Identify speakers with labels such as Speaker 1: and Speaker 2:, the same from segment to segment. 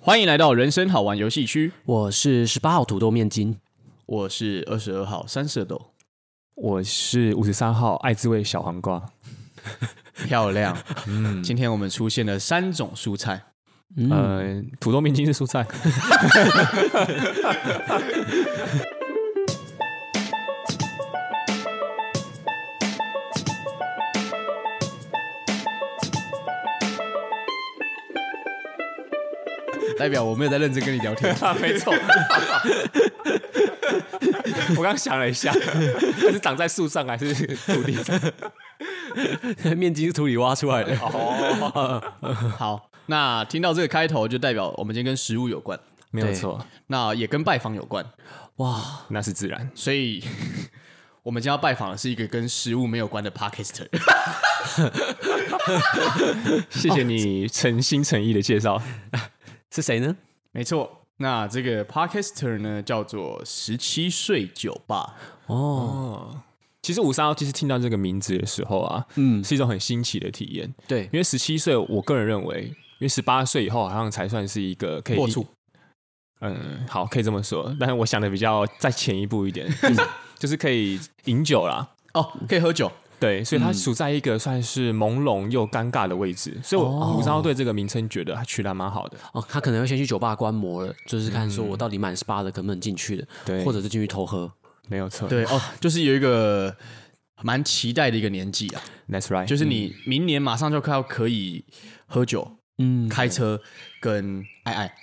Speaker 1: 欢迎来到人生好玩游戏区，
Speaker 2: 我是十八号土豆面筋，
Speaker 1: 我是二十二号三色豆，
Speaker 3: 我是五十三号爱滋味小黄瓜。
Speaker 1: 漂亮。 嗯，今天我们出现了三种蔬菜，
Speaker 2: 嗯，
Speaker 3: 呃，土豆面筋是蔬菜。
Speaker 1: 代表我没有在认真跟你聊天。
Speaker 3: 啊，没错。 我刚想了一下，它是长在树上还是土 地上？
Speaker 2: 呃 面筋是土里挖出来的，
Speaker 1: 好，那听到这个开头，就代表我们今天跟食物有关，
Speaker 3: 没有错，
Speaker 1: 那也跟拜访有关，
Speaker 2: 哇，
Speaker 3: 那是自然。
Speaker 1: 所以 我们今天要拜访的是一个跟食物没有关的 podcaster。
Speaker 3: 谢谢你诚心诚意的介绍。
Speaker 2: 是谁呢？
Speaker 1: 没错，那这个 podcaster 呢叫做十七岁酒吧，
Speaker 2: 哦，
Speaker 3: 其实五三号其实听到这个名字的时候啊，
Speaker 2: 嗯，
Speaker 3: 是一种很新奇的体验。
Speaker 2: 对
Speaker 3: 因为十七岁，我个人认为，因为十八岁以后好像才算是一个可以
Speaker 1: 破处。
Speaker 3: 嗯，好，可以这么说。但是我想的比较再前一步一点，就是 就是可以饮酒啦。
Speaker 1: 哦，可以喝酒。
Speaker 3: 对，所以它处在一个算是朦胧又尴尬的位置，所以我五招对这个名称觉得它取得还蛮好的。
Speaker 2: 哦，他可能会先去酒吧观摩了，就是看说我到底满十八了，可不能进去的，
Speaker 3: 对
Speaker 2: 或者是进去偷喝。
Speaker 3: 没有错，
Speaker 1: 对 哦，就是有一个蛮期待的一个年纪啊，
Speaker 3: ，That's right，
Speaker 1: 就是你明年马上就快要可以喝酒、
Speaker 2: 嗯，
Speaker 1: 开车跟爱爱。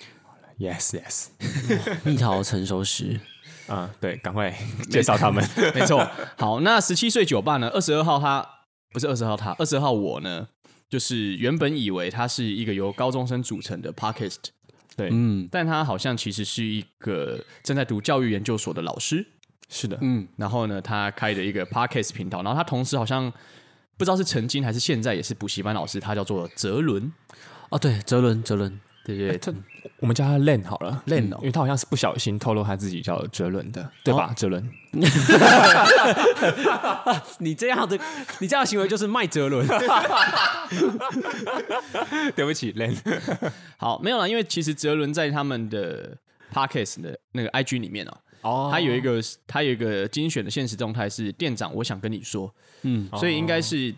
Speaker 3: Yes Yes，
Speaker 2: 蜜桃成熟时，
Speaker 3: 啊、对，赶快 介绍他们。
Speaker 1: 没错。好，那十七岁酒吧呢？二十二号他不是二十号他，二十号我呢，就是原本以为它是一个由高中生组成的 podcast，
Speaker 3: 对，
Speaker 2: 嗯
Speaker 1: 但他好像其实是一个正在读教育研究所的老师。
Speaker 3: 是的，
Speaker 2: 嗯，
Speaker 1: 然后呢，他开的一个 podcast 频道，然后他同时好像不知道是曾经还是现在也是补习班老师，他叫做泽伦，
Speaker 2: 哦，对，泽伦，泽伦，
Speaker 1: 对不对？
Speaker 3: 这我们叫他 Len 好了嗯
Speaker 1: Len 哦
Speaker 3: 因为他好像是不小心透露他自己叫哲伦的，对吧？哲伦，
Speaker 2: 你这样的，你这样的行为就是卖泽伦。
Speaker 3: 对不起，Len，
Speaker 1: 好，没有啦，因为其实泽伦在他们的 podcast 的那个 IG 里面哦、
Speaker 3: 哦
Speaker 1: 他有一个他有一个精选的现实动态是店长，我想跟你说，
Speaker 2: 嗯，
Speaker 1: 所以应
Speaker 3: 哦
Speaker 1: 该是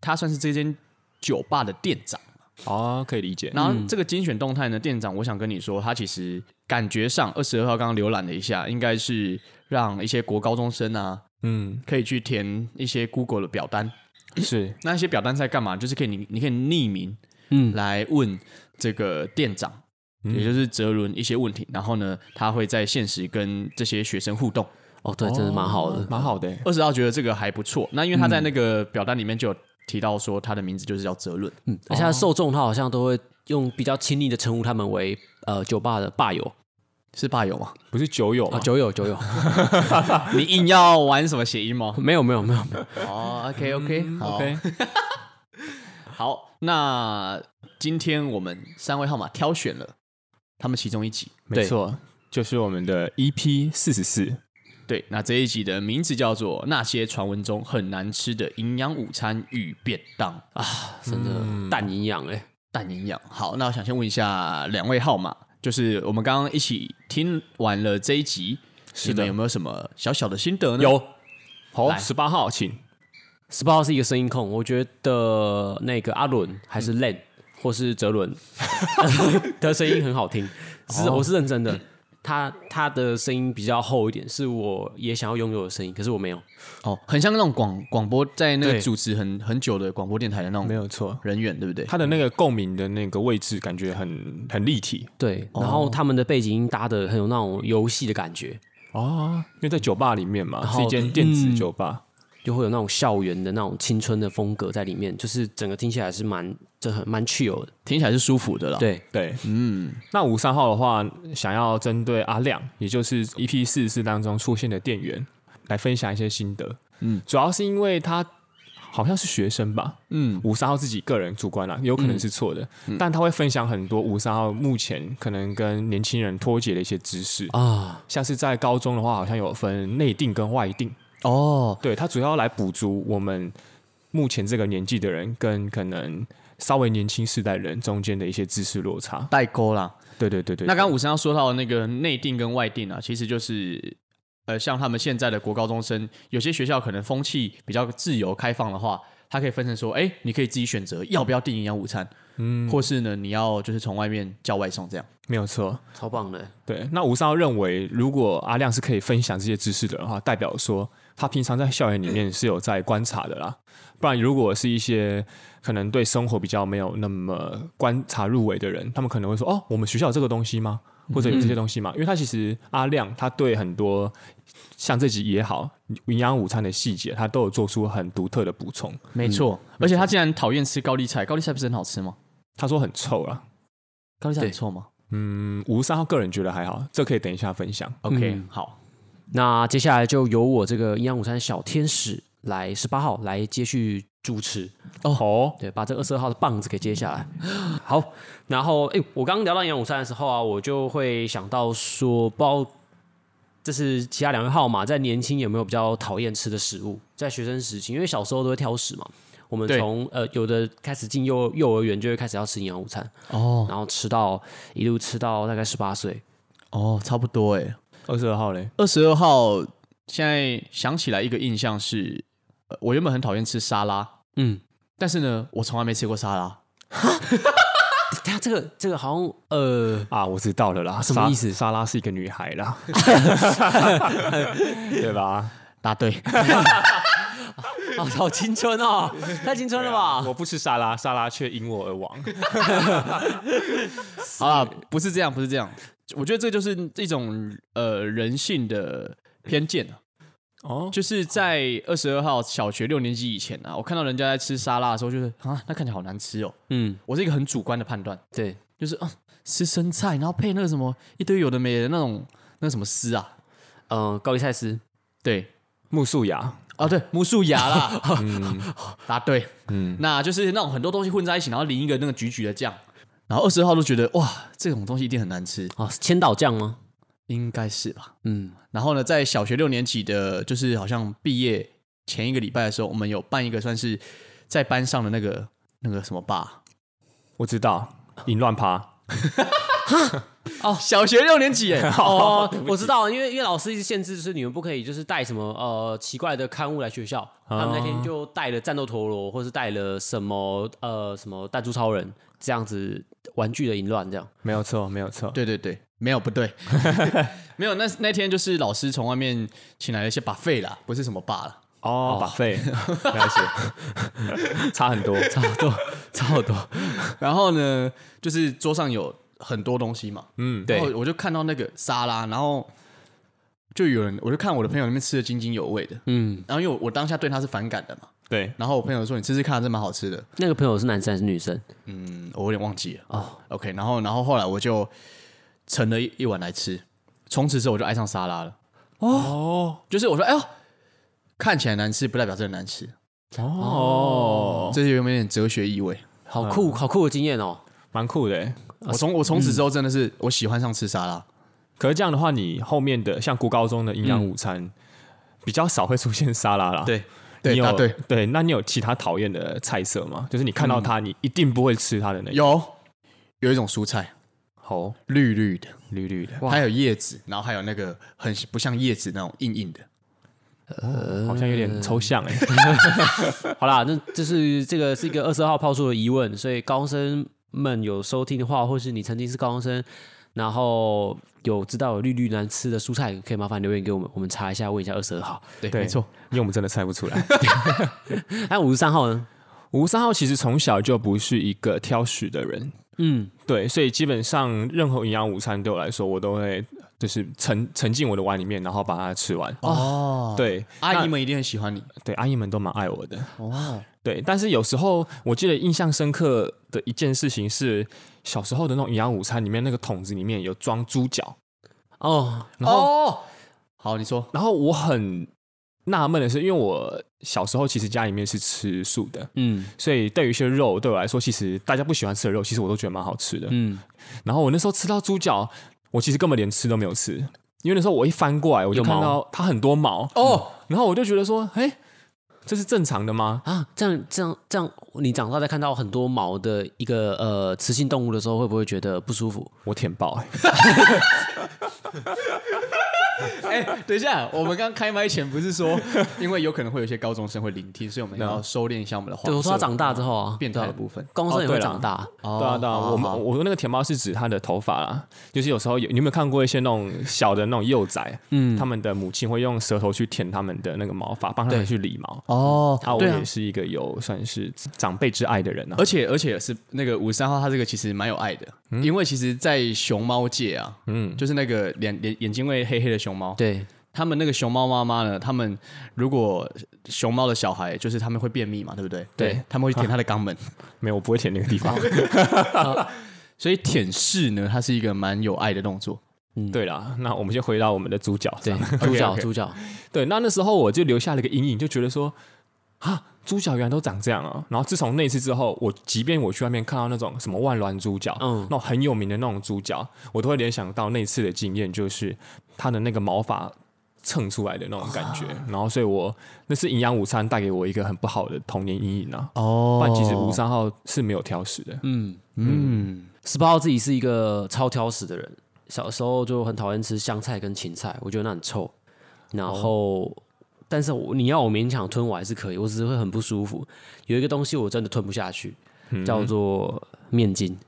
Speaker 1: 他算是这间酒吧的店长。
Speaker 3: 哦，可以理解。
Speaker 1: 然后这个精选动态呢，店长，我想跟你说，他其实感觉上二十二号刚刚浏览了一下，应该是让一些国高中生啊，
Speaker 3: 嗯，
Speaker 1: 可以去填一些 Google 的表单。
Speaker 3: 是
Speaker 1: 那一些表单在干嘛？就是可以你你可以匿名，
Speaker 2: 嗯
Speaker 1: 来问这个店长，也就是泽伦一些问题。然后呢，他会在现实跟这些学生互动。
Speaker 2: 哦，对，真的蛮好的。
Speaker 3: 蛮好的。欸
Speaker 1: 二十号觉得这个还不错。那因为他在那个表单里面就有提到说，他的名字就是叫泽伦。
Speaker 2: 嗯，而且他的受众他好像都会用比较亲昵的称呼他们为呃酒吧的吧友
Speaker 1: 是吧？有吗？
Speaker 3: 不是酒友
Speaker 2: 啊，
Speaker 3: 吗？
Speaker 2: 酒友酒友，
Speaker 1: 你硬要玩什么谐音吗？
Speaker 2: 没有没有没有没有，
Speaker 1: 哦，OK OK，好
Speaker 3: 嗯 OK，
Speaker 1: 好。那今天我们三位号码挑选了他们其中一集，
Speaker 3: 没错，就是我们的 EP 四十四。
Speaker 1: 对，那这一集的名字叫做《那些传闻中很难吃的营养午餐与便当》啊，
Speaker 2: 真的淡营养哎，
Speaker 1: 但营养。好，那我想先问一下两位号码，就是我们刚刚一起听完了这一集，
Speaker 3: 是
Speaker 1: 你
Speaker 3: 的
Speaker 1: 们有没有什么小小的心得呢？，
Speaker 3: 有，好，
Speaker 1: 来
Speaker 3: 十八号，请。
Speaker 2: 十八号是一个声音控，我觉得那个阿伦还是 Len、或是哲 伦的声音很好听，是、我是认真的。他他的声音比较厚一点，是我也想要拥有的声音，可是我没有。
Speaker 1: 哦，很像那种广广播在那个
Speaker 2: 对
Speaker 1: 主持很很久的广播电台的那
Speaker 3: 没
Speaker 1: 种
Speaker 3: 有错，
Speaker 1: 人员，对不对？
Speaker 3: 它的那个共鸣的那个位置感觉很很立体
Speaker 2: 对，哦然后他们的背景音搭的很有那种游戏的感觉，
Speaker 3: 哦，因为在酒吧里面嘛，
Speaker 2: 后
Speaker 3: 是一间电子酒吧，
Speaker 2: 就会有那种校园的那种青春的风格在里面，就是整个听起来是蛮这很蛮 chill 的。
Speaker 1: 听起来是舒服的啦。，
Speaker 2: 对，
Speaker 3: 对，嗯。那五三号的话，想要针对阿亮，也就是 EP 四十四当中出现的店员，来分享一些心得。嗯，主要是因为他好像是学生吧，
Speaker 1: 嗯，
Speaker 3: 五三号自己个人主观啦，有可能是错的，但他会分享很多五三号目前可能跟年轻人脱节的一些知识，
Speaker 2: 啊，
Speaker 3: 像是在高中的话，好像有分内定跟外定。
Speaker 1: 哦，
Speaker 3: 对，它主要来补足我们目前这个年纪的人跟可能稍微年轻世代人中间的一些知识落差。
Speaker 1: 代沟啦。
Speaker 3: 对对对对，
Speaker 1: 那刚刚武生要说到的那个内定跟外定啊，其实就是呃，像他们现在的国高中生，有些学校可能风气比较自由开放的话，它可以分成说，哎、你可以自己选择要不要订营养午餐，嗯，或是呢，你要就是从外面叫外送这样。
Speaker 3: 没有错。
Speaker 2: 超棒的，
Speaker 3: 对，那吴三号认为，如果阿亮是可以分享这些知识的人的话，代表说他平常在校园里面是有在观察的啦。不然，如果是一些可能对生活比较没有那么观察入围的人，他们可能会说：“哦，我们学校有这个东西吗？或者有这些东西吗？”因为他其实阿亮他对很多像这集也好，营养午餐的细节，他都有做出很独特的补充。
Speaker 1: 没错，嗯而且他竟然讨厌吃高丽菜，高丽菜不是很好吃吗？
Speaker 3: 他说很臭啦，
Speaker 1: 高丽菜很臭吗
Speaker 3: 嗯，吴三号个人觉得还好，这可以等一下分享。
Speaker 1: ？OK，、
Speaker 2: 嗯
Speaker 1: 好，
Speaker 2: 那接下来就由我这个营养午餐小天使来十八号来接续主持，
Speaker 3: 哦，
Speaker 2: 对，把这二十二号的棒子给接下来。 好，然后哎、我刚刚聊到营养午餐的时候啊，我就会想到说，不知道这是其他两位号码在年轻有没有比较讨厌吃的食物，在学生时期，因为小时候都会挑食嘛。我们
Speaker 1: 对
Speaker 2: 从呃有的开始进幼幼儿园就会开始要吃营养午餐，
Speaker 1: 哦
Speaker 2: 然后吃到一路吃到大概十八岁，
Speaker 1: 哦，差不多哎、
Speaker 3: 二十二号嘞，
Speaker 1: 二十二号，现在想起来一个印象是，呃我原本很讨厌吃沙拉，
Speaker 2: 嗯，
Speaker 1: 但是呢，我从来没吃过沙拉。
Speaker 2: 他这个这个好像呃，
Speaker 3: 啊，我知道了啦，
Speaker 2: 什么
Speaker 3: 莎
Speaker 2: 意思
Speaker 3: 莎拉是一个女孩啦，对吧？
Speaker 1: 答对，
Speaker 2: 好好青春哦， 太青春了吧？
Speaker 3: 我不吃沙拉，沙拉却因我而亡。
Speaker 1: 好啦，不是这样，不是这样，我觉得这就是一种呃人性的偏见啊。
Speaker 3: 哦，
Speaker 1: 就是在二十二号小学六年级以前啊，我看到人家在吃沙拉的时候，就是啊，那看起来好难吃哦。
Speaker 2: 嗯，
Speaker 1: 我是一个很主观的判断，
Speaker 2: 对，
Speaker 1: 就是啊，吃生菜，然后配那个什么一堆有的没的那种那什么丝啊，
Speaker 2: 嗯，高丽菜丝，
Speaker 1: 对，
Speaker 3: 木素雅，
Speaker 1: 哦，对，木树芽啦， 答对，
Speaker 3: 嗯
Speaker 1: 那就是那种很多东西混在一起，然后淋一个那个橘橘的酱，然后二十号都觉得哇，这种东西一定很难吃，
Speaker 2: 哦，是千岛酱吗？
Speaker 1: 应该是吧？
Speaker 2: 嗯，
Speaker 1: 然后呢，在小学六年级的，就是好像毕业前一个礼拜的时候，我们有办一个算是在班上的那个那个什么吧，
Speaker 3: 我知道，淫乱趴，
Speaker 1: 哦，小学六年级哎，
Speaker 2: 哦，我知道，因为因为老师一直限制，就是你们不可以就是带什么呃奇怪的刊物来学校。他们那天就带了战斗陀螺，或是带了什么呃什么弹珠超人这样子玩具的淫乱这样。
Speaker 3: 没有错，没有错。
Speaker 1: 对对对，没有不对，没有那那天就是老师从外面请来了一些把费啦，不是什么吧啦。
Speaker 3: 哦，把费，没关系， 差很多，差很多，差很多。
Speaker 1: 然后呢，就是桌上有很多东西嘛，
Speaker 3: 嗯，
Speaker 1: 然后我就看到那个沙拉，然后就有人，我就看我的朋友那边吃的津津有味的，
Speaker 2: 嗯，
Speaker 1: 然后因为我我当下对它是反感的嘛，
Speaker 3: 对，
Speaker 1: 然后我朋友说你吃吃看，这蛮好吃的，
Speaker 2: 那个朋友是男生还是女生？
Speaker 1: 嗯，我有点忘记了
Speaker 2: 哦，
Speaker 1: ，OK，然后然后后来我就盛了一一碗来吃，从此之后我就爱上沙拉了，
Speaker 3: 哦，
Speaker 1: 就是我说哎呦，看起来难吃不代表真的难吃，
Speaker 3: 哦，
Speaker 1: 这有没有点哲学意味？
Speaker 2: 好酷，好酷的经验哦。
Speaker 3: 蛮酷的欸。
Speaker 1: 我从我从此之后真的是我喜欢上吃沙拉，
Speaker 3: 可是这样的话，你后面的像国高中的营养午餐，比较少会出现沙拉啦。
Speaker 1: 对
Speaker 3: 你
Speaker 1: 对
Speaker 3: 有
Speaker 1: 答对，
Speaker 3: 对，那你有其他讨厌的菜色吗？就是你看到它，你一定不会吃它的那个。
Speaker 1: 有有一种蔬菜
Speaker 3: 好
Speaker 1: 绿绿的。
Speaker 3: 绿绿的，
Speaker 1: 还有叶子，然后还有那个很不像叶子那种硬硬的。
Speaker 3: 好像有点抽象哎。
Speaker 2: 好啦，那这是这个是一个二十号抛出的疑问，所以高中生们有收听的话，或是你曾经是高中生，然后有知道有绿绿难吃的蔬菜，可以麻烦留言给我们，我们查一下，问一下二十二号。
Speaker 1: 对，
Speaker 3: 对，
Speaker 1: 没错，，
Speaker 3: 因为我们真的猜不出来。
Speaker 2: 那五十三号呢？
Speaker 3: 吴三号其实从小就不是一个挑食的人，
Speaker 2: 嗯，
Speaker 3: 对，所以基本上任何营养午餐对我来说，我都会就是沉沉进我的碗里面，然后把它吃完。
Speaker 1: 哦，
Speaker 3: 对，
Speaker 1: 阿姨们一定很喜欢你。
Speaker 3: 对，阿姨们都蛮爱我的。
Speaker 1: 哦，
Speaker 3: 对，但是有时候我记得印象深刻的一件事情是，小时候的那种营养午餐里面那个桶子里面有装猪脚，
Speaker 2: 哦，
Speaker 3: 然后
Speaker 1: 哦，好，你说，
Speaker 3: 然后我很纳闷的是，因为我小时候其实家里面是吃素的，
Speaker 2: 嗯
Speaker 3: 所以对于一些肉对我来说，其实大家不喜欢吃的肉，其实我都觉得蛮好吃的。
Speaker 2: 嗯，
Speaker 3: 然后我那时候吃到猪脚，我其实根本连吃都没有吃，因为那时候我一翻过来我就
Speaker 2: 有毛
Speaker 3: 看到它很多毛，嗯
Speaker 1: 哦，
Speaker 3: 然后我就觉得说，哎、这是正常的吗？
Speaker 2: 啊，这样这样这样，你长大再看到很多毛的一个呃雌性动物的时候，会不会觉得不舒服？
Speaker 3: 我舔爆、欸，
Speaker 1: 哎、等一下，我们刚开麦前不是说， 因为有可能会有一些高中生会聆听，所以我们要收敛一下我们的话。
Speaker 2: 对，我说他长大之后啊，
Speaker 1: 哦变态的
Speaker 2: 对啊
Speaker 1: 部分。
Speaker 2: 高中生也
Speaker 3: 哦
Speaker 2: 会
Speaker 3: 对啦
Speaker 2: 长大，
Speaker 1: 哦
Speaker 3: 对啊对啊，
Speaker 1: 好
Speaker 3: 我
Speaker 1: 好
Speaker 3: 们我说那个舔猫是指他的头发啦，就是有时候有你有没有看过一些那种小的那种幼崽，嗯，他们的母亲会用舌头去舔他们的那个毛发，帮他们
Speaker 2: 对
Speaker 3: 去理毛。
Speaker 1: 哦
Speaker 3: 啊，我
Speaker 1: 对啊呃
Speaker 3: 也，是一个有算是长辈之爱的人啊
Speaker 1: 而，且而且是那个五十三号，他这个其实蛮有爱的，
Speaker 2: 嗯
Speaker 1: 因为其实，在熊猫界啊，嗯，就是那个脸脸眼睛会黑黑的熊猫，
Speaker 2: 对，
Speaker 1: 他们那个熊猫妈妈呢，他们如果熊猫的小孩，就是他们会便秘嘛，对不对？
Speaker 2: 对，
Speaker 1: 他们会舔它的肛门，
Speaker 3: 没有，我不会舔那个地方。
Speaker 1: 所以舔舐呢，它是一个蛮有爱的动作。
Speaker 3: 对啦，那我们先回到我们的主角
Speaker 2: 对
Speaker 3: 上。，
Speaker 2: 猪脚
Speaker 3: OK，OK
Speaker 2: 猪脚，
Speaker 3: 对，那那时候我就留下了一个阴影，就觉得说啊，猪脚原来都长这样啊。然后自从那次之后，我即便我去外面看到那种什么万峦猪脚，
Speaker 2: 嗯
Speaker 3: 嗯，那种很有名的那种猪脚，我都会联想到那次的经验，就是它的那个毛发。蹭出来的那种感觉，
Speaker 1: 啊
Speaker 3: 然后所以我那是营养午餐带给我一个很不好的童年阴影啊。
Speaker 1: 哦
Speaker 3: 不然其实吴三号是没有挑食的，
Speaker 2: 嗯，
Speaker 1: 嗯，
Speaker 2: 十八号自己是一个超挑食的人，小时候就很讨厌吃香菜跟芹菜，我觉得那很臭。然后，但是我你要我勉强吞，我还是可以，我只是会很不舒服。有一个东西我真的吞不下去，叫做面筋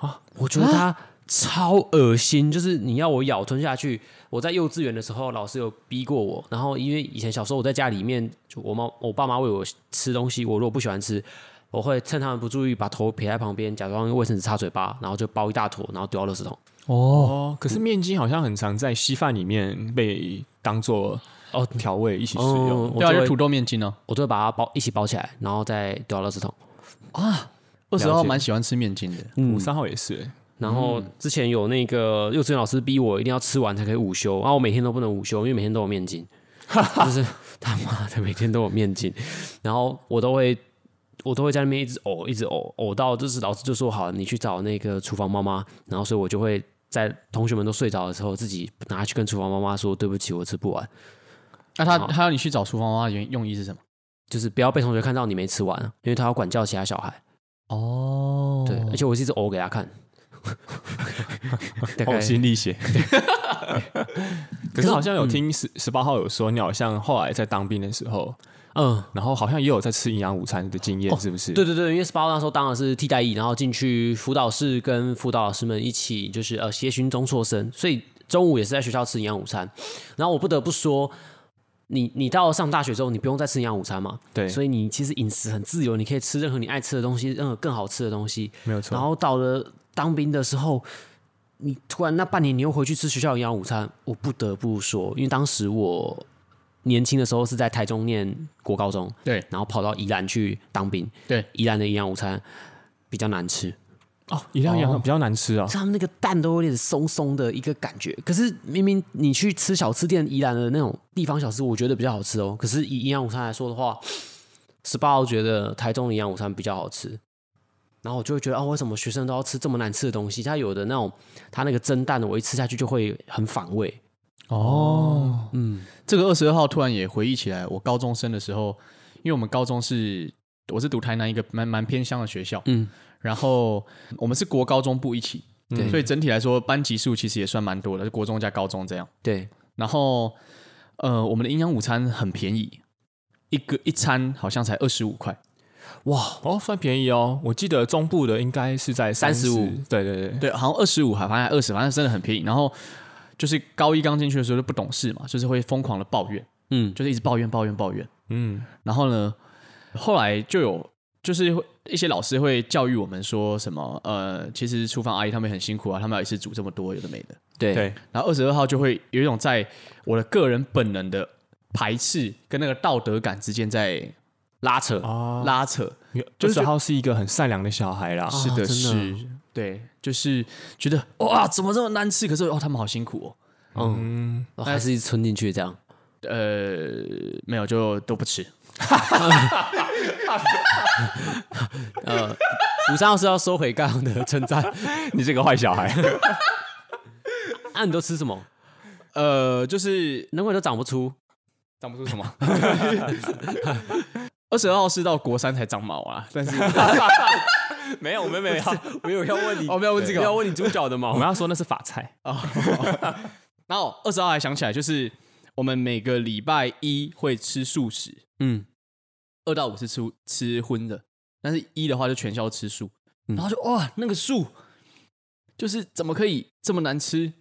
Speaker 2: 嗯啊，我觉得它超恶心，就是你要我咬吞下去。我在幼稚园的时候，老师有逼过我，然后因为以前小时候我在家里面，就我妈我爸妈喂我吃东西，我如果不喜欢吃，我会趁他们不注意，把头撇在旁边，假装用卫生纸插嘴巴，然后就包一大坨，然后丢到垃圾桶。
Speaker 3: 哦，可是面筋好像很常在稀饭里面被当做
Speaker 2: 哦
Speaker 3: 调味一起使用。
Speaker 2: 我
Speaker 1: 对啊，
Speaker 2: 就
Speaker 1: 就
Speaker 2: 会
Speaker 1: 土豆面筋哦。
Speaker 2: 我就会把它包一起包起来，然后再丢到垃圾桶。
Speaker 1: 二十号蛮喜欢吃面筋的。
Speaker 2: 嗯
Speaker 3: 五三号也是、欸
Speaker 2: 然后之前有那个幼稚园老师逼我一定要吃完才可以午休，然后我每天都不能午休，因为每天都有面筋，就是 他妈的每天都有面筋，然后我都会我都会在那边一直呕，一直呕，呕到就是老师就说好，你去找那个厨房妈妈，然后所以我就会在同学们都睡着的时候，自己拿去跟厨房妈妈说对不起，我吃不完，
Speaker 1: 那他
Speaker 2: 好
Speaker 1: 他要你去找厨房妈妈，原用意是什么？
Speaker 2: 就是不要被同学看到你没吃完，啊因为他要管教其他小孩。
Speaker 1: 哦
Speaker 2: 对，而且我是一直呕给他看。大概
Speaker 3: 呕心沥血。可是好像有听十十八号有说，你好像后来在当兵的时候，
Speaker 2: 嗯，
Speaker 3: 然后好像也有在吃营养午餐的经验，是不是？
Speaker 2: 对对对，因为 SPA 那时候当然是替代役，然后进去辅导室跟辅导老师们一起就是呃协寻中辍生，所以中午也是在学校吃营养午餐。然后我不得不说，你你到上大学之后，你不用再吃营养午餐嘛，
Speaker 3: 对
Speaker 2: 所以你其实饮食很自由，你可以吃任何你爱吃的东西，任何更好吃的东西。
Speaker 3: 没有
Speaker 2: 然
Speaker 3: 错。
Speaker 2: 后到了当兵的时候，你突然那半年你又回去吃学校营养午餐，我不得不说，因为当时我年轻的时候是在台中念国高中，
Speaker 1: 对
Speaker 2: 然后跑到宜兰去当兵，
Speaker 1: 对，
Speaker 2: 宜兰的营养午餐比较难吃，
Speaker 3: 哦，营养养比较难吃啊。
Speaker 2: 是他们那个蛋都有点松松的一个感觉。可是明明你去吃小吃店，宜兰的那种地方小吃，我觉得比较好吃哦。可是以营养午餐来说的话，十八号觉得台中的营养午餐比较好吃。然后我就会觉得，哦，为什么学生都要吃这么难吃的东西？它有的那种，它那个蒸蛋的，我一吃下去就会很反胃。
Speaker 1: 哦，
Speaker 2: 嗯，
Speaker 1: 这个二十二号突然也回忆起来，我高中生的时候，因为我们高中是我是读台南一个蛮蛮偏乡的学校，
Speaker 2: 嗯，
Speaker 1: 然后我们是国高中部一起，
Speaker 2: 对
Speaker 1: 所以整体来说班级数其实也算蛮多的，就国中加高中这样。
Speaker 2: 对，
Speaker 1: 然后呃，我们的营养午餐很便宜，一个一餐好像才二十五块。
Speaker 2: 哇，
Speaker 3: 哦，算便宜哦。我记得中部的应该是在
Speaker 2: 35。
Speaker 3: 对对对，
Speaker 1: 对，好像二十五还反正二十，反正真的很便宜。然后就是高一刚进去的时候就不懂事嘛，就是会疯狂的抱怨，
Speaker 2: 嗯，
Speaker 1: 就是一直抱怨抱怨抱怨。
Speaker 3: 嗯，
Speaker 1: 然后呢，后来就有就是会一些老师会教育我们说什么呃，其实厨房阿姨她们很辛苦啊，她们要一次煮这么多有的没的。
Speaker 2: 对，
Speaker 3: 对，
Speaker 1: 然后二十二号就会有一种在我的个人本能的排斥跟那个道德感之间在
Speaker 2: 拉扯，
Speaker 3: 哦，
Speaker 1: 拉扯。
Speaker 3: 就
Speaker 1: 就是哦
Speaker 3: 是号是一个很善啊良的小孩啦。
Speaker 1: 是的，
Speaker 2: 真的
Speaker 1: 是，对，就是觉得哇，怎么这么难吃？可是哦，他们好辛苦哦。
Speaker 3: 嗯，
Speaker 2: 哦还是一直吞进去这样。
Speaker 1: 呃，没有，就都不吃。
Speaker 2: 呃，五三号是要收回刚刚的 称赞。
Speaker 3: 你这个坏 小孩。
Speaker 2: 啊，你都吃什么？
Speaker 1: 呃，就是
Speaker 2: 难怪都长不出。
Speaker 4: 长不出什么。
Speaker 1: 二十二号是到国三才长毛啊，但是
Speaker 4: 没有，没有，没有。
Speaker 2: 没有要问你
Speaker 1: 哦，不要问这个哦，
Speaker 2: 不要问你主角的
Speaker 3: 我
Speaker 2: 毛
Speaker 3: 们，要说那是法菜，
Speaker 1: 然后二十二还想起来，就是我们每个礼拜一会吃素食，
Speaker 2: 嗯，
Speaker 1: 二到五是吃吃荤的，但是一的话就全校吃素。
Speaker 2: 嗯
Speaker 1: 然后就哇，那个素就是怎么可以这么难吃？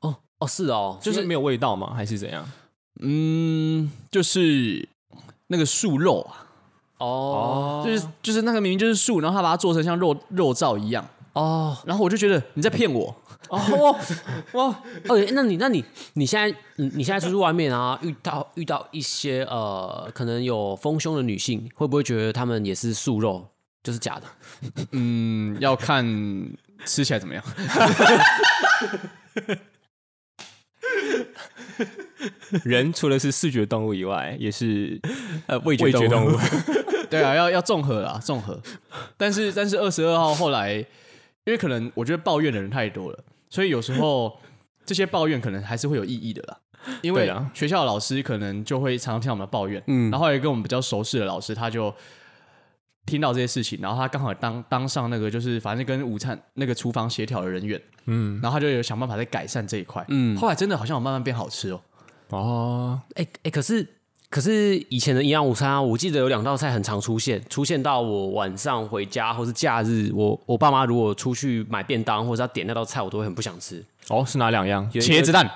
Speaker 2: 哦哦是哦，
Speaker 3: 就是没有味道吗？还是怎样？
Speaker 1: 嗯，就是那个素肉啊，
Speaker 2: 哦
Speaker 1: 就是就是那个明明就是素，然后他把它做成像肉肉燥一样。
Speaker 2: 哦
Speaker 1: 然后我就觉得你在骗我，
Speaker 2: 哦哦哦，那你那你你现在你你现在出去外面啊，遇到遇到一些呃，可能有丰胸的女性，会不会觉得她们也是素肉，就是假的？
Speaker 1: 嗯，要看吃起来怎 么样。
Speaker 3: 人除了是视觉动物以外，也是
Speaker 2: 呃，味
Speaker 3: 味觉动物。
Speaker 1: 对啊，要要综合啦，综合。但是但是二十二号后来，因为可能我觉得抱怨的人太多了，所以有时候这些抱怨可能还是会有意义的啦。因
Speaker 3: 对
Speaker 1: 为
Speaker 3: 啊
Speaker 1: 学校的老师可能就会常常听我们的抱怨，嗯，然后后来跟我们比较熟识的老师，他就听到这些事情，然后他刚好当当上那个就是反正跟午餐那个厨房协调的人员，嗯，然后他就有想办法在改善这一块，嗯，后来真的好像有慢慢变好吃哦，
Speaker 3: 哦，
Speaker 2: 哎、哎、可是可是以前的营养午餐啊，我记得有两道菜很常出现，出现到我晚上回家或是假日，我我爸妈如果出去买便当或者要点那道菜，我都会很不想吃。
Speaker 3: 哦，是哪两样？
Speaker 2: 有一个
Speaker 1: 茄子蛋，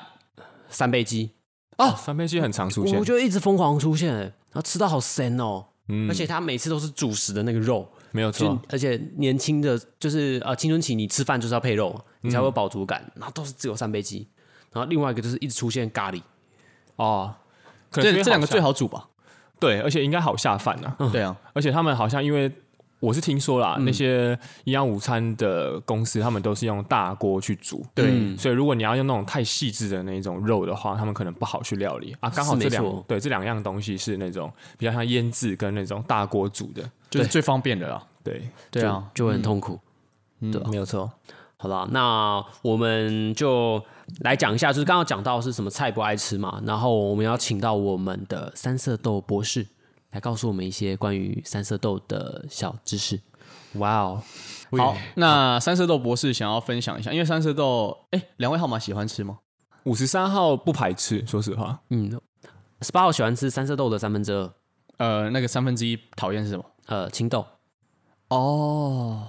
Speaker 2: 三杯鸡，
Speaker 3: 哦，三杯鸡很常出现
Speaker 2: 我，就一直疯狂出现、欸，然后吃到好咸哦、
Speaker 3: 嗯
Speaker 2: 而且它每次都是主食的那个肉，
Speaker 3: 没有
Speaker 2: 就
Speaker 3: 错。
Speaker 2: 而且年轻的就是呃青春期，你吃饭就是要配肉，
Speaker 3: 嗯
Speaker 2: 你才会有饱足感，然后都是只有三杯鸡，然后另外一个就是一直出现咖喱，
Speaker 3: 哦，可能
Speaker 1: 这
Speaker 3: 因为
Speaker 1: 这两个最
Speaker 3: 好啊
Speaker 1: 好煮吧？
Speaker 3: 下对，而且应该好下饭啊。
Speaker 1: 对啊，
Speaker 3: 而且他们好像因为我是听说啦，那些营养午餐的公司，他们都是用大锅去煮，嗯
Speaker 1: 对
Speaker 3: 所以如果你要用那种太细致的那种肉的话，他们可能不好去料理啊。刚好
Speaker 2: 是
Speaker 3: 这
Speaker 2: 没
Speaker 3: 两
Speaker 2: 错
Speaker 3: 对这两样东西是那种比较像腌制跟那种大锅煮的，
Speaker 1: 就是最方便的啦，
Speaker 3: 对，嗯
Speaker 1: 对啊，
Speaker 2: 就会很痛苦。
Speaker 3: 没有错。
Speaker 2: 好啦，那我们就来讲一下，就是刚刚讲到是什么菜不爱吃嘛，然后我们要请到我们的三色豆博士来告诉我们一些关于三色豆的小知识。
Speaker 3: 哇哦，
Speaker 1: 好，那三色豆博士想要分享一下，因为三色豆，哎，两位号码喜欢吃吗？
Speaker 3: 五十三号不排斥，说实话，
Speaker 2: 嗯，十八号喜欢吃三色豆的三分之二，
Speaker 1: 呃，那个三分之一讨厌是什么？
Speaker 2: 呃，青豆。
Speaker 1: 哦，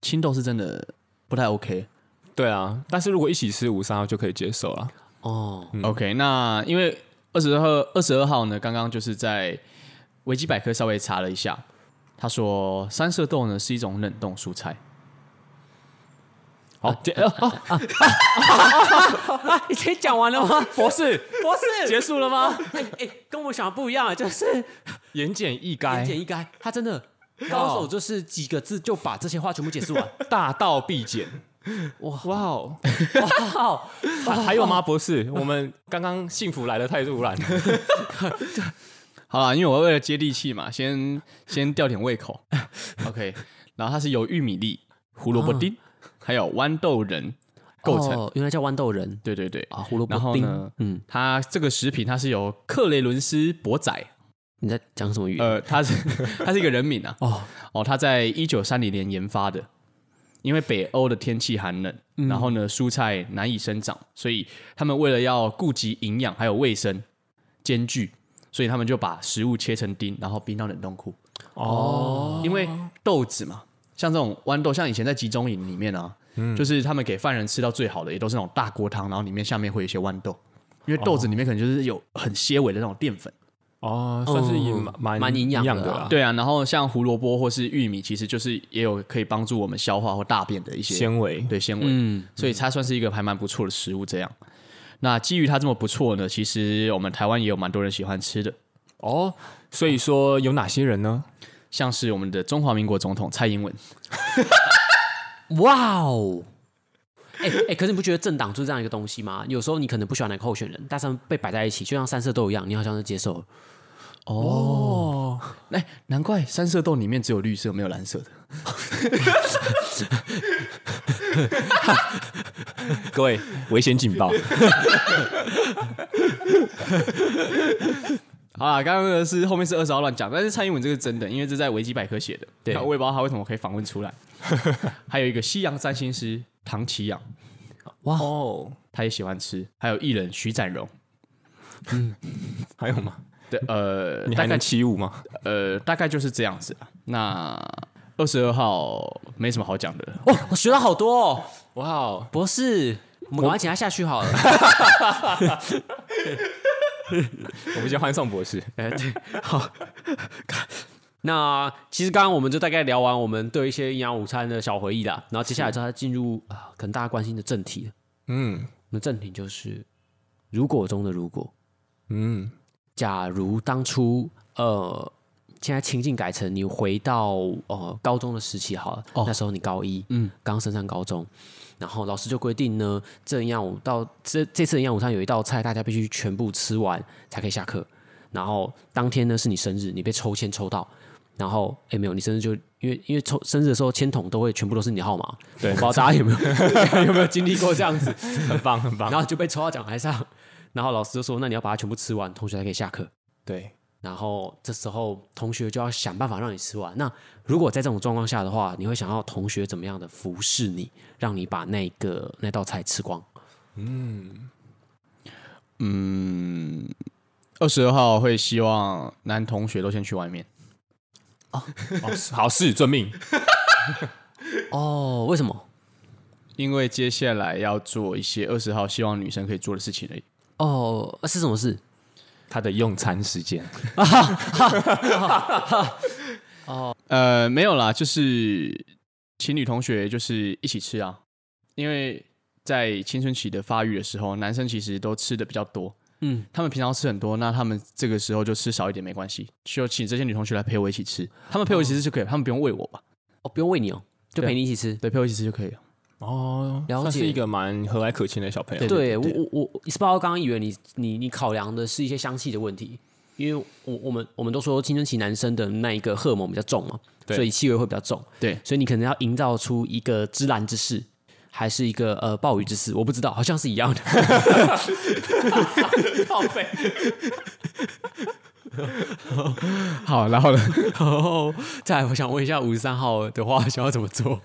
Speaker 1: 青豆是真的不太 OK。
Speaker 3: 对啊。但是如果一起吃五三号就可以接受了。
Speaker 2: 哦，
Speaker 1: OK，那因为二十二二十二号呢，刚刚就是在维基百科稍微查了一下，他说三色豆呢是一种冷冻蔬菜。
Speaker 3: 好，结呃哦
Speaker 2: 啊，已经讲完了吗？博士，博士，结束了吗？哎、哎，跟我想的不一样，啊就是
Speaker 3: 言简
Speaker 2: 言
Speaker 3: 意赅，
Speaker 2: 简意赅，他真的高手就是几个字就把这些话全部解释完。
Speaker 3: 大道必简。
Speaker 2: 哇
Speaker 3: 哇哦！
Speaker 2: 好，
Speaker 3: 啊还有吗，博士？我们刚刚幸福来的太 突然了。
Speaker 1: 好啦，因为我为了接地气嘛，先先吊点胃口。OK，然后它是由玉米粒、胡萝卜丁、还有豌豆仁构成。
Speaker 2: 哦，原来叫豌豆仁。
Speaker 1: 对对对，
Speaker 2: 啊，胡萝
Speaker 1: 然
Speaker 2: 卜
Speaker 1: 后
Speaker 2: 丁。
Speaker 1: 呢
Speaker 2: 嗯，
Speaker 1: 它这个食品它是由克雷伦斯博仔，
Speaker 2: 你在讲什么语言？
Speaker 1: 呃，他是 他是一个人名啊，
Speaker 2: 哦
Speaker 1: 哦，他在一九三零年研发的，因为北欧的天气寒冷，
Speaker 2: 嗯
Speaker 1: 然后呢蔬菜难以生长，所以他们为了要顾及营养还有卫生兼具，所以他们就把食物切成丁，然后冰到冷冻库。
Speaker 3: 哦，
Speaker 1: 因为豆子嘛，像这种豌豆，像以前在集中营里面啊，
Speaker 2: 嗯
Speaker 1: 就是他们给犯人吃到最好的，也都是那种大锅汤，然后里面下面会有一些豌豆，因为豆子里面可能就是有很些微的那种淀粉。
Speaker 3: 哦，算是也蛮蛮
Speaker 2: 嗯蛮营养的啊
Speaker 3: 的啦，
Speaker 1: 对啊，然后像胡萝卜或是玉米，其实就是也有可以帮助我们消化或大便的一些
Speaker 3: 纤维。
Speaker 1: 对纤维，嗯所以它算是一个还蛮不错的食物。这样，那基于它这么不错呢，其实我们台湾也有蛮多人喜欢吃的，
Speaker 3: 哦，所以说有哪些 人呢？
Speaker 1: 像是我们的中华民国总统蔡英文，
Speaker 2: 哇 哦！哎、哎、可是你不觉得政党就是这样一个东西吗？有时候你可能不喜欢哪个候选人，但是他们被摆在一起，就像三色豆一样，你好像是接受了。
Speaker 3: 哦，
Speaker 1: 哎、难怪三色豆里面只有绿色没有蓝色的。
Speaker 2: 各位，
Speaker 3: 危险警报。
Speaker 1: 好啦，刚刚那个是后面是二十号乱讲，但是蔡英文这个是真的，因为这在维基百科写的。
Speaker 2: 对
Speaker 1: 那我也不知道他为什么可以访问 出来。还有一个西洋占星师唐奇阳，
Speaker 4: 哦，
Speaker 1: 他也喜欢吃。还有艺人徐展荣，
Speaker 3: 还有吗？
Speaker 1: 对，呃，
Speaker 3: 你
Speaker 1: 大
Speaker 3: 还
Speaker 1: 概
Speaker 3: 能起舞吗？
Speaker 1: 呃大概就是这样子啊。那二十二号没什么好讲的了，
Speaker 3: 哦
Speaker 2: 哇，我学到好多哦，
Speaker 3: 哇哦，
Speaker 2: 博士，我们赶快请他下去好了。
Speaker 3: 我们先欢送博士。
Speaker 2: 哎，对，好。那其实刚刚我们就大概聊完我们对一些营养午餐的小回忆啦，然后接下来就要进入啊、可能大家关心的正题了。
Speaker 3: 嗯
Speaker 2: 我们正题就是如果中的如果，
Speaker 3: 嗯，
Speaker 2: 假如当初呃，现在情境改成你回到呃高中的时期好了，
Speaker 3: 哦
Speaker 2: 那时候你高一，嗯，刚升上高中，然后老师就规定呢，这营养午到这这次营养午餐有一道菜，大家必须全部吃完才可以下课。然后当天呢是你生日，你被抽签抽到，然后哎没有，你生日就因为因为抽生日的时候签筒都会全部都是你的号码，
Speaker 3: 对
Speaker 2: 我不知道大家有没 有有没有经历过这样子，
Speaker 3: 很棒很棒。
Speaker 2: 然后就被抽到讲台上，然后老师就说那你要把它全部吃完，同学才可以下课。
Speaker 3: 对，
Speaker 2: 然后这时候同学就要想办法让你吃完。那如果在这种状况下的话，你会想要同学怎么样的服侍你，让你把那个那道菜吃光？
Speaker 1: 嗯二十二号会希望男同学都先去外面。
Speaker 3: 哦是好事遵命。
Speaker 2: 哦，为什么？
Speaker 1: 因为接下来要做一些二十号希望女生可以做的事情而已。
Speaker 2: 哦，是什么事？
Speaker 3: 他的用餐时间，
Speaker 1: 呃，没有啦，就是情侣同学就是一起吃啊，因为在青春期的发育的时候，男生其实都吃的比较多，
Speaker 2: 嗯，
Speaker 1: 他们平常吃很多，那他们这个时候就吃少一点没关系，就请这些女同学来陪我一起吃，他们陪我一起吃就可以了，他们不用喂我吧？
Speaker 2: 哦，不用喂你哦，就
Speaker 1: 对啊
Speaker 2: 陪你一起吃。
Speaker 1: 对，陪我一起吃就可以了。
Speaker 3: 哦，
Speaker 2: 了解
Speaker 3: 算是一个蛮和蔼可亲的小朋友。
Speaker 2: 对我我我，一包刚刚以为你你你考量的是一些香气的问题，因为我我们我们都说青春期男生的那一个荷尔蒙比较重嘛，
Speaker 3: 对
Speaker 2: 所以气味会比较重，
Speaker 1: 对
Speaker 2: 所以你可能要营造出一个芝兰之势，还是一个呃暴雨之势，我不知道，好像是一样 的。
Speaker 1: 好，然后 呢？
Speaker 2: 哦，再来，我想问一下五十三号的话，想要怎么做？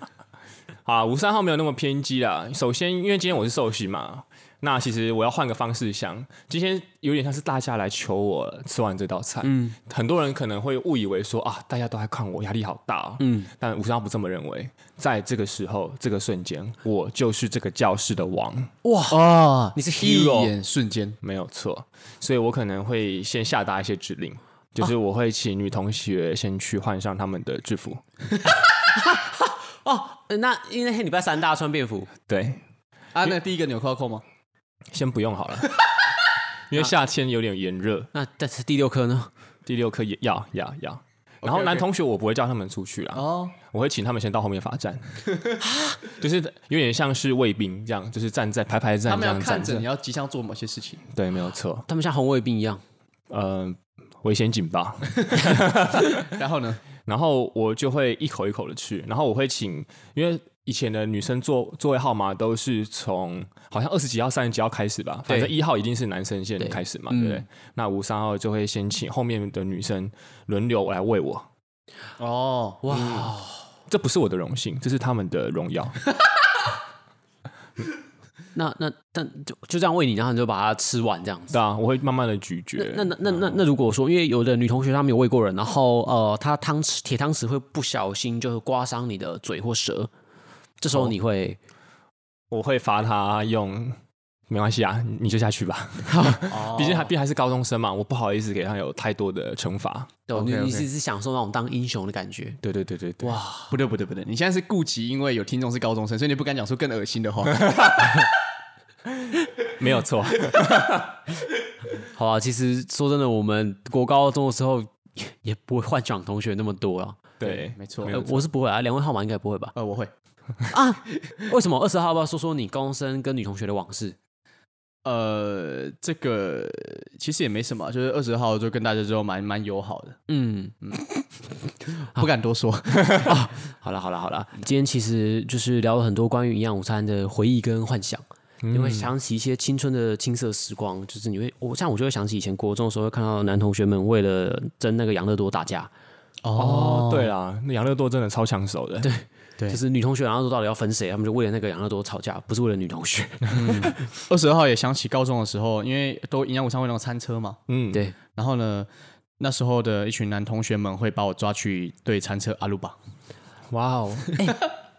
Speaker 3: 啊，五三号没有那么偏激啦。首先，因为今天我是寿喜嘛，那其实我要换个方式想，今天有点像是大家来求我吃完这道菜。嗯，很多人可能会误以为说啊，大家都在看我，压力好大、哦。嗯，但五三号不这么认为，在这个时候、这个瞬间，我就是这个教室的王，
Speaker 1: 哇，
Speaker 2: 你是
Speaker 1: 一
Speaker 2: hero
Speaker 1: 眼瞬间，
Speaker 3: 没有错。所以我可能会先下达一些指令。就是我会请女同学先去换上他们的制服，
Speaker 2: 哦。呃那因为那天礼拜三大家穿便服，
Speaker 3: 对，
Speaker 1: 啊，那第一个纽扣要扣吗？
Speaker 3: 先不用好 了，因为夏天有点炎热，
Speaker 2: 那但是第六科呢？
Speaker 3: 第六课也要要要。然后
Speaker 1: OK，OK
Speaker 3: 男同学我不会叫他们出去啦
Speaker 1: 哦，
Speaker 3: 我会请他们先到后面罚站， 就是有点像是卫兵这样，就是站在排排
Speaker 1: 他
Speaker 3: 站这
Speaker 1: 们要
Speaker 3: 样
Speaker 1: 看
Speaker 3: 站
Speaker 1: 着你
Speaker 3: 着。
Speaker 1: 要即将做某些事情。
Speaker 3: 对，没有错。
Speaker 2: 他们像红卫兵一样，
Speaker 3: 呃，危险警报。
Speaker 1: 然后呢？
Speaker 3: 然后我就会一口一口的去，然后我会请，因为以前的女生座座位号码都是从好像二十几号、三十几号开始吧，反正一号一定是男生先开始嘛，对不对？
Speaker 1: 嗯
Speaker 3: 那五三号就会先请后面的女生轮流来喂我，
Speaker 1: 哦，
Speaker 2: 哇，
Speaker 3: 这不是我的荣幸，这是他们的荣耀。
Speaker 2: 那那但就就这样喂你，然后你就把它吃完这样子。
Speaker 3: 对啊，我会慢慢的咀嚼。
Speaker 2: 那那那
Speaker 3: 嗯
Speaker 2: 那那如果说，因为有的女同学她没有喂过人，然后呃，她汤匙铁汤匙会不小心就是刮伤你的嘴或舌，这时
Speaker 3: 哦
Speaker 2: 候你会
Speaker 3: 我会罚他用，没关系啊，你就下去吧。
Speaker 2: 哦
Speaker 3: 毕竟还毕竟还是高中生嘛，我不好意思给他有太多的惩罚。
Speaker 2: 对
Speaker 1: OK，OK
Speaker 2: 你你是是享受那种当英雄的感觉。
Speaker 3: 对对对对对，哇，
Speaker 1: 不对不对不对，你现在是顾及，因为有听众是高中生，所以你不敢讲出更恶心的话。
Speaker 3: 没有错，
Speaker 2: 好啊，其实说真的，我们国高中的时候也也不会幻想同学那么多了。
Speaker 3: 对，
Speaker 1: 没错
Speaker 3: 没
Speaker 2: 呃
Speaker 3: 有，错
Speaker 2: 我是不会啊，两位号码应该不会吧？
Speaker 1: 呃，我会。
Speaker 2: 为什么二十号要不要说说你高中生跟女同学的往事？
Speaker 1: 呃，这个其实也没什么，就是二十号就跟大家就蛮蛮友好的，
Speaker 2: 嗯，
Speaker 1: 不敢多说。
Speaker 2: 好了好了好了，今天其实就是聊了很多关于营养午餐的回忆跟幻想。你
Speaker 3: 嗯
Speaker 2: 会想起一些青春的青涩时光，就是你会，我像我就会想起以前国中的时候，会看到男同学们为了争那个养乐多打架，
Speaker 3: 哦，对啦，那养乐多真的超抢手的。对，
Speaker 1: 对
Speaker 2: 就是女同学养乐多到底要分谁，他们就为了那个养乐多吵架，不是为了女同学。
Speaker 1: 二十号也想起高中的时候，因为都营养午餐会那种餐车嘛，
Speaker 3: 嗯，
Speaker 2: 对，
Speaker 1: 然后呢，那时候的一群男同学们会把我抓去对餐车阿鲁巴，
Speaker 3: 哇哦，
Speaker 2: 哎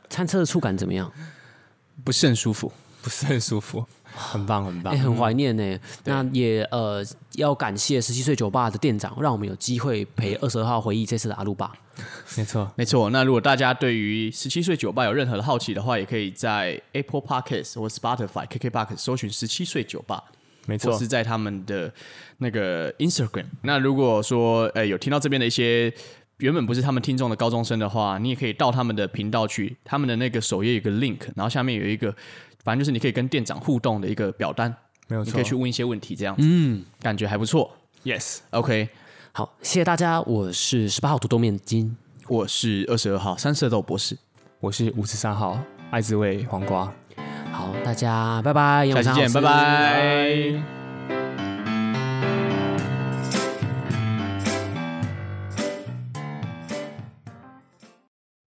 Speaker 2: 餐车的触感怎么样？
Speaker 1: 不是很舒服。
Speaker 3: 不是很舒服，很棒很棒
Speaker 2: 哎、。很怀念呢、那也呃，要感谢十七岁酒吧的店长，让我们有机会陪二十二号回忆这次的阿鲁巴。
Speaker 3: 没错，
Speaker 1: 没错，那如果大家对于十七岁酒吧有任何的好奇的话，也可以在 Apple Podcast 或 Spotify、KKBox 搜寻十七岁酒吧，
Speaker 3: 没
Speaker 1: 或
Speaker 3: 错
Speaker 1: 是。在他们的那个 Instagram。那如果说呃有听到这边的一些原本不是他们听众的高中生的话，你也可以到他们的频道去，他们的那个首页有一个 link，然后下面有一个，反正就是你可以跟店长互动的一个表单，
Speaker 3: 没有
Speaker 1: 你
Speaker 3: 错，
Speaker 1: 可以去问一些问题，这样子，嗯，感觉还不错。
Speaker 3: Yes，
Speaker 1: OK，
Speaker 2: 好，谢谢大家，我是十八号土豆面筋，
Speaker 1: 我是二十二号三色豆博士，
Speaker 3: 我是五十三号，爱滋味黄瓜，
Speaker 2: 好，大家拜拜，
Speaker 1: 下期见，拜拜。